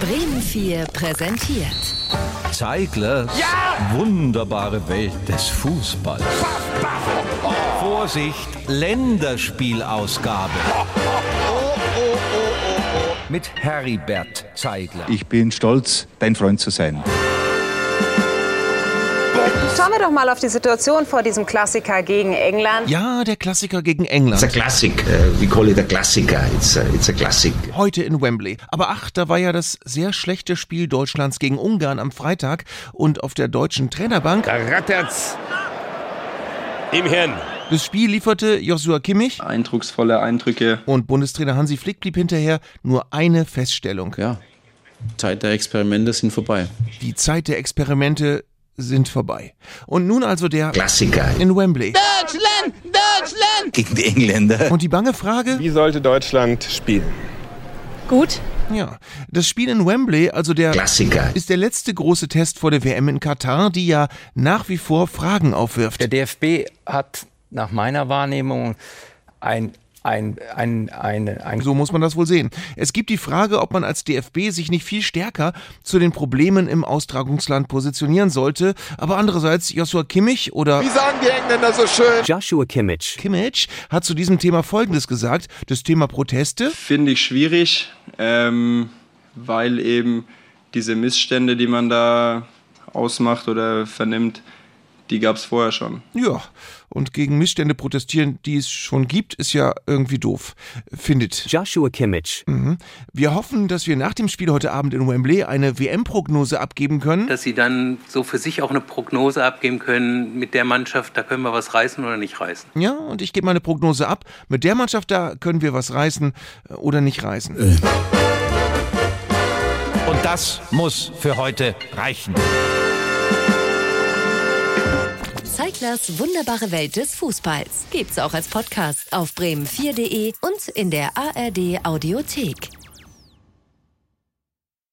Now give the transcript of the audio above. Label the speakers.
Speaker 1: Bremen 4 präsentiert.
Speaker 2: Zeiglers wunderbare Welt des Fußballs. Vorsicht, Länderspielausgabe. Mit Heribert Zeigler.
Speaker 3: Ich bin stolz, dein Freund zu sein.
Speaker 4: Schauen wir doch mal auf die Situation vor diesem Klassiker gegen England.
Speaker 5: Ja, der Klassiker gegen England.
Speaker 6: It's a classic. Uh, we call it a classica. It's a, it's a classic.
Speaker 5: Heute in Wembley. Aber ach, da war ja das sehr schlechte Spiel Deutschlands gegen Ungarn am Freitag und auf der deutschen Trainerbank.
Speaker 7: Da rattert's im Hirn.
Speaker 5: Das Spiel lieferte Joshua Kimmich
Speaker 8: eindrucksvolle Eindrücke.
Speaker 5: und Bundestrainer Hansi Flick blieb hinterher nur eine Feststellung.
Speaker 8: Ja, Zeit der Experimente sind vorbei.
Speaker 5: Die Zeit der Experimente sind vorbei. Und nun also der
Speaker 6: Klassiker.
Speaker 5: in Wembley.
Speaker 3: Gegen die Engländer.
Speaker 5: Und die bange Frage?
Speaker 7: Wie sollte Deutschland spielen?
Speaker 9: Gut.
Speaker 5: Ja, das Spiel in Wembley, also der
Speaker 6: Klassiker.
Speaker 5: ist der letzte große Test vor der WM in Katar, die ja nach wie vor Fragen aufwirft.
Speaker 10: Der DFB hat nach meiner Wahrnehmung ein, ein, ein, ein, ein
Speaker 5: So muss man das wohl sehen. Es gibt die Frage, ob man als DFB sich nicht viel stärker zu den Problemen im Austragungsland positionieren sollte. Aber andererseits, Joshua Kimmich oder
Speaker 10: Joshua Kimmich.
Speaker 5: Kimmich hat zu diesem Thema Folgendes gesagt. Das Thema Proteste.
Speaker 8: Finde ich schwierig, ähm, weil eben diese Missstände, die man da ausmacht oder vernimmt, die gab es vorher schon.
Speaker 5: Ja, und gegen Missstände protestieren, die es schon gibt, ist ja irgendwie doof, findet. Mhm.
Speaker 10: Joshua Kimmich.
Speaker 5: Wir hoffen, dass wir nach dem Spiel heute Abend in Wembley eine WM-Prognose abgeben können.
Speaker 11: dass sie dann so für sich auch eine Prognose abgeben können mit der Mannschaft, da können wir was reißen oder nicht reißen.
Speaker 5: Ja, und ich gebe meine Prognose ab. Mit der Mannschaft da können wir was reißen äh, oder nicht reißen.
Speaker 2: Und das muss für heute reichen.
Speaker 1: Zeiglers wunderbare Welt des Fußballs gibt's auch als Podcast auf bremen4.de und in der ARD Audiothek.